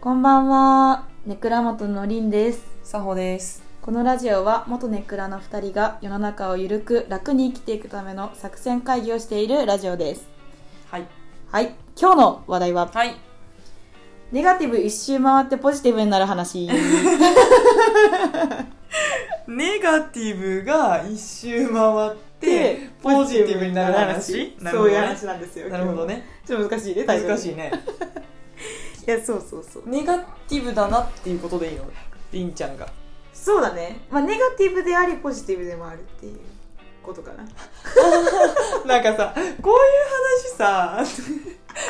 こんばんは。ネクラ元のりんです。さほです。このラジオは元ネクラの2人が世の中をゆるく楽に生きていくための作戦会議をしているラジオです。はい。はい。今日の話題は、はい。ネガティブ一周回ってポジティブになる話。ネガティブが一周回って、 ポジティブになる話なるそほどういうね。話なんですよ。なるほど。ね。ちょっと難しいね、難しい。いね。いや、そうそうそう。ネガティブだなっていうことでいいのりんちゃんが。そうだね。まあ、ネガティブであり、ポジティブでもあるっていうことかな。なんかさ、こういう話さ、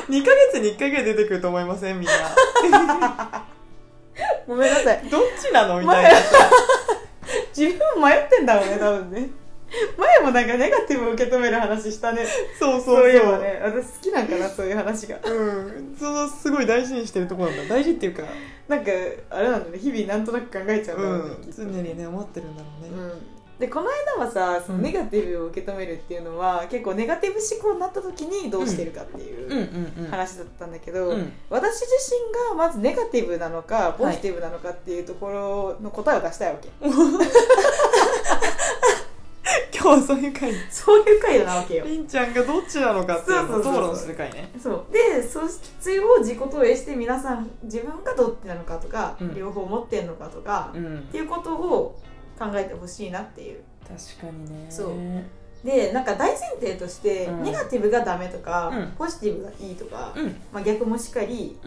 2ヶ月に1回ぐらい出てくると思いませんみんな。ごめんなさい。どっちなのみたいなさ。自分も迷ってんだろうね、多分ね。前もなんかネガティブを受け止める話したね。そうそうそう。そういえばね、私好きなんかな、そういう話が。うん。そのすごい大事にしてるところなんだ。大事っていうか、なんか、あれなんだね、日々なんとなく考えちゃうんだろうね、うきん。っと常にね、思ってるんだろうね。うんでこの間はさそのうんネガティブを受け止めるっていうのは、結構ネガティブ思考になった時にどうしてるかっていううん話だったんだけど、うん私自身がまずネガティブなのかポジティブなのかっていうところの答えを出したいわけ、今日はそういう回そういう回なわけよりんちゃんがどっちなのかっていうのをそうそう討そう論する回ねそうでそれを自己投影して皆さん自分がどっちなのかとか、うん両方持ってんのかとか、んっていうことを考えてほしいなっていう確かにねそううんでなんか大前提として、うんネガティブがダメとか、うんポジティブがいいとか、うんまあ、逆もしっかり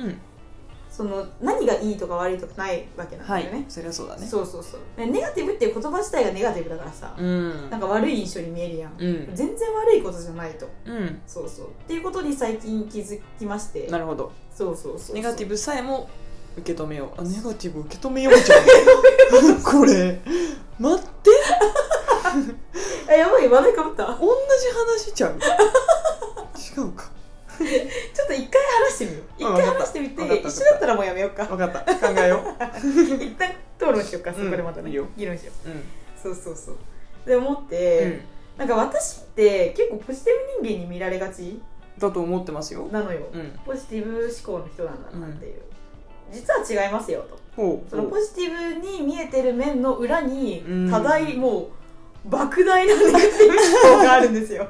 その何がいいとか悪いとかないわけなんはだいよね、そりゃそうだねそうそうそうでネガティブっていう言葉自体がネガティブだからさ、うんなんか悪い印象に見えるやん、うん全然悪いことじゃないとうんそうそうっていうことに最近気づきましてなるほどそうそうそうそうネガティブブさえも受け止めようあネガティブ受け止めようじゃん これ待ってあやばい話題かぶった同じ話ちゃう違うかちょっと一回話してみよう一うん回話してみわかてった一緒だったらもうやめよう か分かった考えよ一旦討論しようかそこでまたうんね、いいよ議論しようううそうそうそうで思って、んなんか私って結構ポジティブ人間に見られがちだと思ってますよなのよ、うんポジティブ思考の人なんだなっていう、実は違いますよとほうそのほポジティブに見えてる面の裏にうん多大もう莫大なネガティブ思考があるんで すよ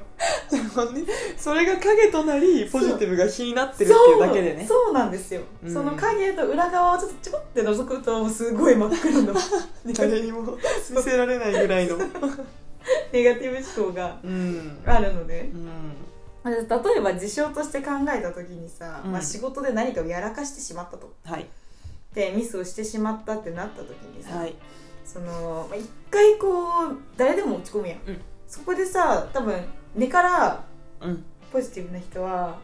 それが影となりポジティブが非になってるっていうだけでねそうそうなんですよ、うんその影と裏側をちょっとちょこって覗くともうすごい真っ黒の ネガ誰にも見せられないぐらいのネガティブ思考がうんあるのでうん例えば事象として考えた時にさ、うんまあ、仕事で何かをやらかしてしまったとはいでミスをしてしまったってなった時にさ、はいそのまあ一回こう誰でも落ち込むやん、うんそこでさ多分根からうんポジティブな人は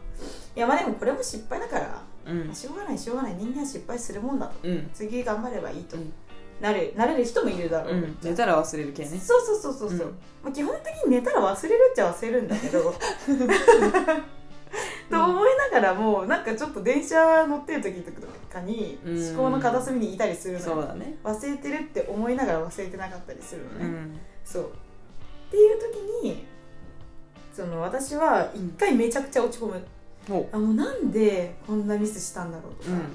いやまあでもこれも失敗だから、うんしょうがないしょうがない人間は失敗するもんだとうん次頑張ればいいと、うんなるなれる人もいるだろう、うん寝たら忘れる系ねそうそうそうそううそう、んまあ、基本的に寝たら忘れるっちゃ忘れるんだ けどと思いながらもなんかちょっと電車乗ってる時とかにうん思考の片隅にいたりするのそうよだね忘れてるって思いながら忘れてなかったりするのうね、んそうっていう時にその私は一回めちゃくちゃ落ち込む、ほあもうなんでこんなミスしたんだろうとうか、うん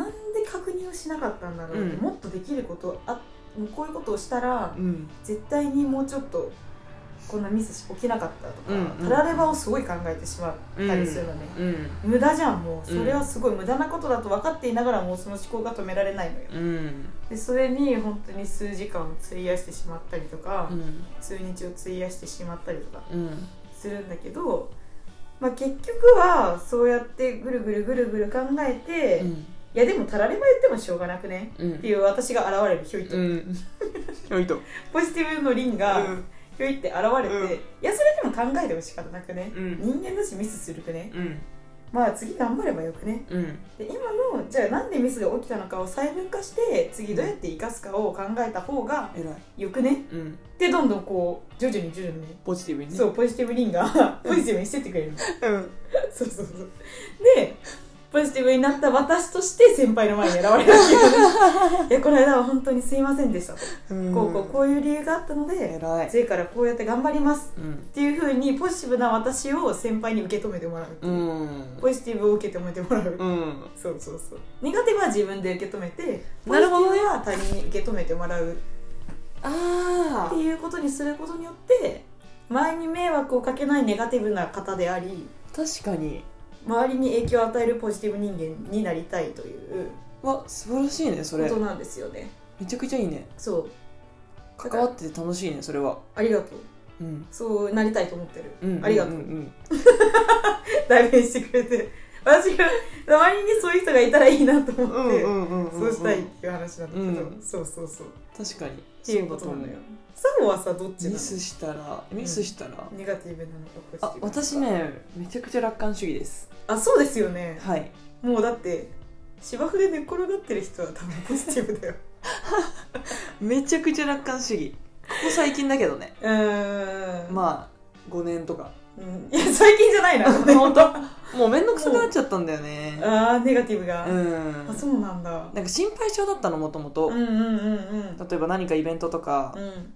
なんで確認をしなかったんだろう、うんもっとできることあもうこういうことをしたらうん絶対にもうちょっとこんなミスし起きなかったとか、うんうんたらればをすごい考えてしまったりするのね、うん無駄じゃんもううんそれはすごい無駄なことだと分かっていながらもうその思考が止められないのようんでそれに本当に数時間を費やしてしまったりとか、うん数日を費やしてしまったりとかうんするんだけど、まあ、結局はそうやってぐるぐるぐるぐる考えて、ういんやでもたられば言ってもしょうがなくねうんっていう私が現れるひょいと、うんよいとポジティブの凛がひょいって現れて、うんいやそれでも考えても仕方なくね、うん人間だしミスするくねうんまあ次頑張ればよくねうんで今のじゃあなんでミスが起きたのかを細分化して次どうやって生かすかを考えた方が偉いよくねうんってどんどんこう徐々に徐々にねポジティブにね そうポジティブリンがポジティブにしてってくれるのうんそうそうそうでポジティブになった私として先輩の前に現れるっ ていうねいやこの間は本当にすいませんでしたとうんこうこうこういう理由があったので偉い次からこうやって頑張りますうんっていうふうにポジティブな私を先輩に受け止めてもらうってういう、んポジティブを受け止めてもらう、うんそうそうそう苦手は自分で受け止めてポなジテるィほどねブは他人に受け止めてもらうっあてーいうことにすることによって周りに迷惑をかけないネガティブな方であり確かに周りに影響を与えるポジティブ人間になりたいというわ素晴らしいねそこれとなんですよねめちゃくちゃいいねそうだか関らわってて楽しいねそれはありがとううんそうなりたいと思ってる、 うんありがとう、んん代弁してくれて私が周りにそういう人がいたらいいなと思うんっうて、んうんうんうんそうしたいっていう話なんだけど、うんそうそうそうっ確かにっていうことなのよサモはさどっちなミのスしたらミスしたら、ネガティブなのかポジティブなのあか私ねめちゃくちゃ楽観主義ですあそうですよねはいもうだって芝生で寝っ転がってる人は多分ポジティブだよめちゃくちゃ楽観主義ここ最近だけどねうーんあ、まあ5年とかうん、いや最近じゃないな 本当もうめんどくさくなっちゃったんだよねあーネガティブが、うんあそうなんだなんか心配性だったのもともとうんうんうんうん例えば何かイベントとかうん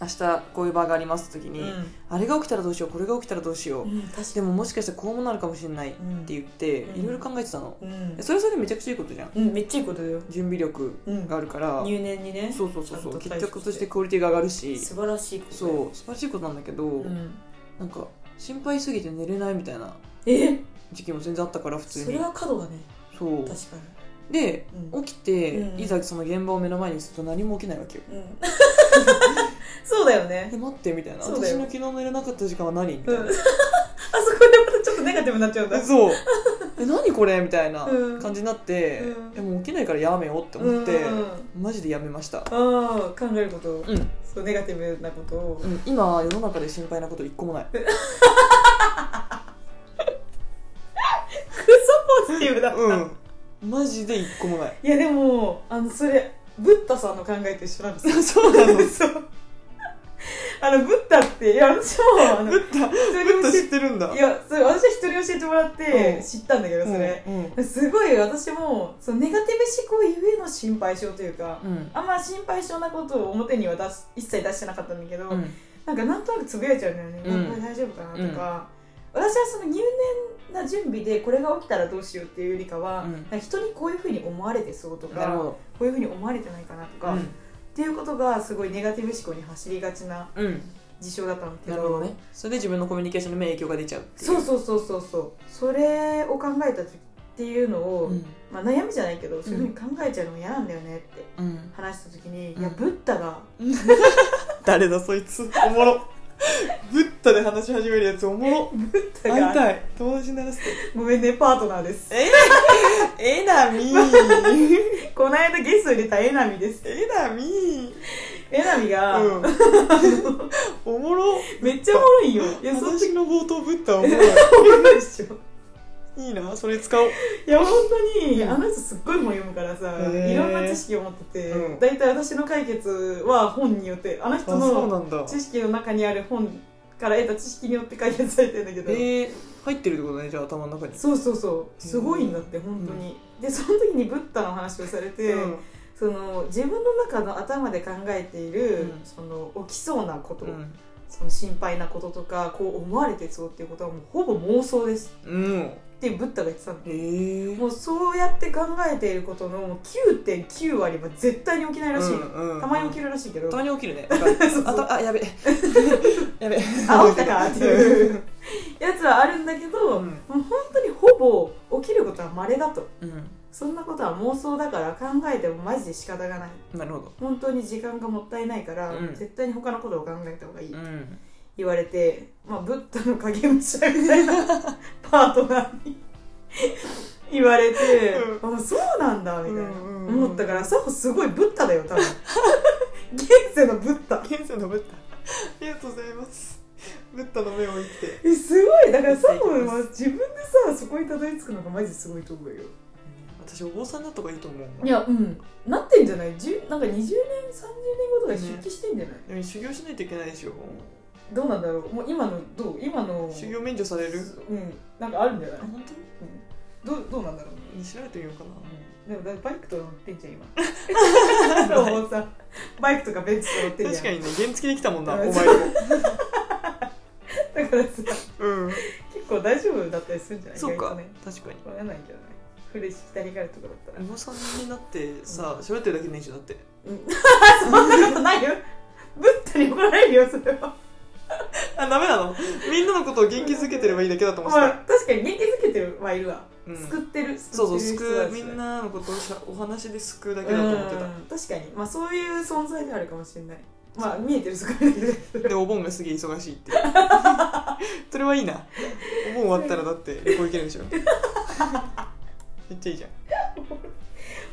明日こういう場がありますって時に、うんあれが起きたらどうしようこれが起きたらどうしよう、うん確かにでももしかしたらこうもなるかもしれないってうん言って、うんいろいろ考えてたの、うんそれはそれでめちゃくちゃいいことじゃんうんめっちゃいいことだよ準備力うんがあるから、入念にねそうそうそうそうちゃんと結対処して局としてクオリティが上がるし素晴らしいことだよそう素晴らしいことなんだけど、うん、なんか心配すぎて寝れないみたいなえ時期も全然あったから普通にそれは角だねそう確かでに、うん 起きて、うんいざその現場を目の前にすると何も起きないわけようんそうだよえね、待ってみたいなそう私だよの昨日寝れなかった時間は何みたういん、なあ、そこでまたちょっとネガティブになっちゃうん だそうえ何これみたいなうん感じになって、うんえもう起きないからやめようって思って、うんうんマジでやめました、ああ考えること、うんそうネガティブなこ とをうん今世の中で心配なこと一個もないクソポジティブだっ た、うん マジで一個もないいやでもあのそれブッダさんの考えと一緒なんですよそうなの ブそうあのブッダっていや私もあのッダブッダ知ってるんだいやそれ私は人に教えてもらってうん知ったんだけどそれ、うんうんすごい私もそのネガティブ思考ゆえの心配性というか、うんあんま心配性なことを表には出す一切出してなかったんだけど、うんなんかなんとなくつぶやいちゃうんだよね、うんなんかこれ大丈夫かなとか、私はその入念な準備でこれが起きたらどうしようっていうよりかは、うんなんか人にこういうふうに思われてそうとなるほかどこういうふうに思われてないかなとか、うっんていうことがすごいネガティブ思考に走りがちなうん事象だったんだけなどるほどねそれで自分のコミュニケーションにも影響が出ちゃうっていそうそうそうそうそうそれを考えた時っていうのを、うんまあ、悩みじゃないけどそういうふうに考えちゃうのも嫌なんだよねってうん話した時に、うんいやブッダが誰だそいつおもろブッダで話し始めるやつおもろブッ会ダがいたい友達にならせてごめんねパートナー ですえなみーこの間ゲスト入れたえなみです えなみーえなみが、 うんおもろめっちゃおもろいよいやそっち私の冒頭ぶったおもろおもろいでしょいいいなそれ使おういや本当にうんあの人すっごい本読むからさ、へーいろんな知識を持ってて、うんだいたい私の解決は本によってあの人そうなのんだ知識の中にある本から得た知識によって解決されてるんだけど、えー、入ってるってことねじゃあ頭の中にそうそうそうすごいんだって本当に、でその時にブッダの話をされて、うんその自分の中の頭で考えている、うんその起きそうなこと、うんその心配なこととかこう思われてそうっていうことはもうほぼ妄想ですうんってブッダが言ってたのえー、もうそうやって考えていることの9.9割は絶対に起きないらしいの、うんうんたまに起きるらしいけど、たあまに起きる ねわかるそうあたあ やべやべ起きたかって いうやつはあるんだけうど、んもう本当にほぼ起きることは稀だとうんそんなことは妄想だから考えてもマジで仕方がないなるほど本当に時間がもったいないから、うん絶対に他のことを考えた方がいい、うん言われてまあブッダの影武者みたいな パートナーに 言われて、あそうなんだみたいな、うんうんうん思ったからサホすごいブッダだよ 多分現世のブッダ現世のブッダありがとうございますブッダの目を見てえすごいだからサホいただきまは自分でさそこにたどり着くのがマジすごいと思うよ私お坊さんだった方がいいと思ういやうんなってんじゃない10なんか20年30年後とかに出家してんじゃない、でも修行しないといけないでしょどうなんだろうもう今のどう今の修行免除されるうんなんかあるんじゃないあ本当どうどうなんだろう調べてみようかなでもだってバイクと乗ってんじゃん今 そう思うさバイクとかベンツと乗ってんじゃ確んかにね原付できたもんなうんお 前もだからさうん結構大丈夫だったりするんじゃないそう意外かとね確かにわかんないんじゃないフレッシュ左からとかだったらおばさんになってさ喋ってるだけでいいじゃんだって そんなことないよブッダに怒られるよそれはあダメなのみんなのことを元気づけてればいいだけだと思ってまあた、確かに元気づけてはいるわ、うん、救ってるそうそう救って救うる人たちみだんなのことをしゃお話で救うだけだと思って たうん確かにまあそういう存在ではあるかもしれないまあ見えてる世 界だけどでお盆がすげえ忙しい っていうそれはいいなお盆終わったらだって旅行行ける でしょめっちゃいいじゃん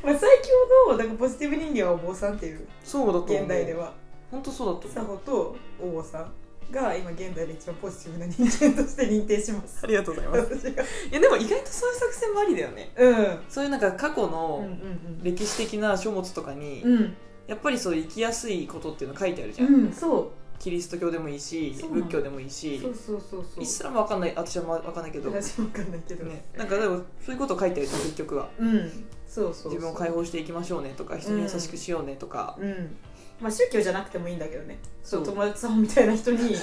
まあ最強のなんかポジティブ人間はお坊さんっていうそうだと思う現代では本当そうだとサ思うホとお坊さんが今現代で一番ポジティブな人間として認定しますありがとうございます私がいやでも意外とそういう作戦もありだよねうんそういうなんか過去うんの歴史的な書物とかに、うんうんやっぱりそういう生きやすいことっていうの書いてあるじうゃん、んそキリスト教でもいいしそうなの仏教でもいいうしそうそうそうそうイスラムわかんない私はまわかんないけど、ね、私もわかんないけどなんかでもそういうこと書いてあるじゃん結局はうんそうそうそう自分を解放していきましょうねとか人に優しくしようねとか、うんまあ宗教じゃなくてもいいんだけどねそうそう友達さんみたいな 人に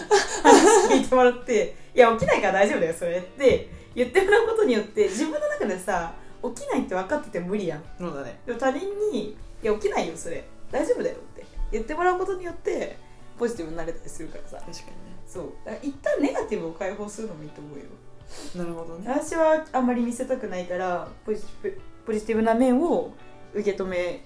話聞いてもらって「いや起きないから大丈夫だよそれ」って言ってもらうことによって自分の中でさ起きないって分かってて無理やんそうだねでも他人に「いや起きないよそれ大丈夫だよ」って言ってもらうことによってポジティブになれたりするからさ確かそうだから一旦ネガティブを解放するのもいいと思うよにねなるほどね私はあんまり見せたくないからポジティブポジティブな面を受け止め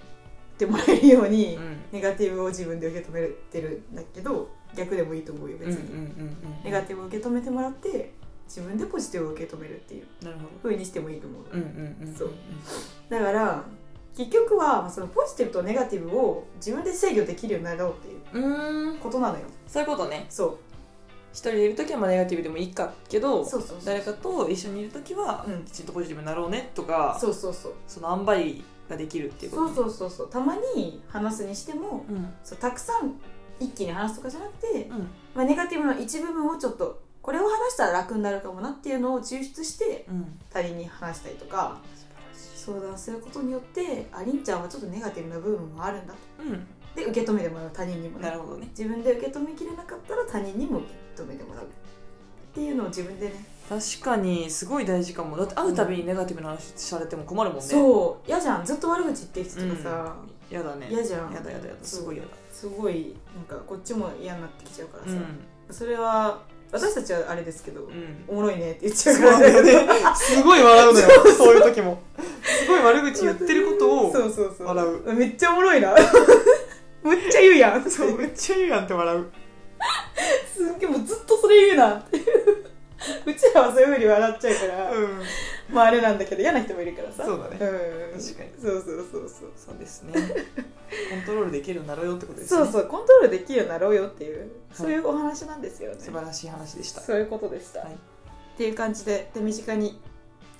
てもらえるように、うんネガティブを自分で受け止めてるんだけど逆でもいいと思うようん別うんうんに、うんネガティブを受け止めてもらって自分でポジティブを受け止めるっていうなるほ風にしてもいいと思う、どうんうんうんそうだから結局はまあそのポジティブとネガティブを自分で制御できるようになろうっていううーんことなのよそういうことねそ一人でいる時はまあネガティブでもいいかけどうそうそうそう誰かと一緒にいる時はうんきちんとポジティブになろうねとか、そうそうそうその塩梅ができるっていうことそうそうそうそうたまに話すにしてもうんそうたくさん一気に話すとかじゃなくて、うんまあ、ネガティブの一部分をちょっとこれを話したら楽になるかもなっていうのを抽出してうん他人に話したりとか素相談することによってありんちゃんはちょっとネガティブな部分もあるんだと晴らしいうんで受け止めてもらう他人にもねなるほどね自分で受け止めきれなかったら他人にも受け止めてもらうっていうのを自分でね確かにすごい大事かもだって会うたびにネガティブな話されても困るもんねそう嫌じゃんずっと悪口言ってきうてんとかさやだね嫌、じゃんやだやだやだそうすごいやだすごいなんかこっちも嫌になってきちゃうからさ、うんそれは私たちはあれですけど、うんおもろいねって言っちゃそううかならんだ よね すごい笑うのよそういう時もすごい悪口言ってることをそうそうそう笑うめっちゃおもろ いなめっちゃ言うやんそうめっちゃ言うやんって笑うすっげえもうずっとそれ言うなっていううちらはそういうふうに笑っちゃうから、うんまああれなんだけど嫌な人もいるからさそうだねうん確かにそうそうそうそうそうですねコントロールできるようになろうよってことですねそうそうコントロールできるようになろうよっていう、そういうお話なんですよね素晴らしい話でしたそういうことでした、はいっていう感じで手短に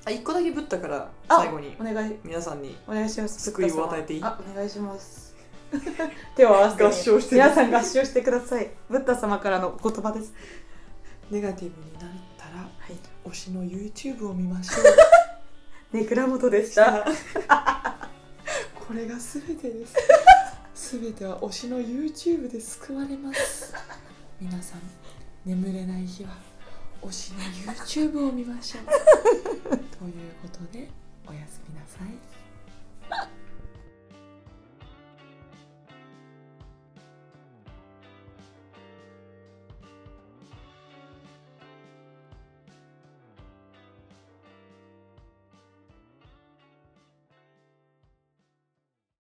あ一個だけぶったからあ最後にお願い皆さんにお願いします救いを与えていいあお願いします 手を合わせて合唱してる皆さん合唱してくださいブッダ様からのお言葉ですネガティブになったらはい推しの YouTube を見ましょう ね倉本でしじたゃあこれが全てです全ては推しの YouTube で救われます皆さん眠れない日は推し の YouTube を見ましょうということでおやすみなさい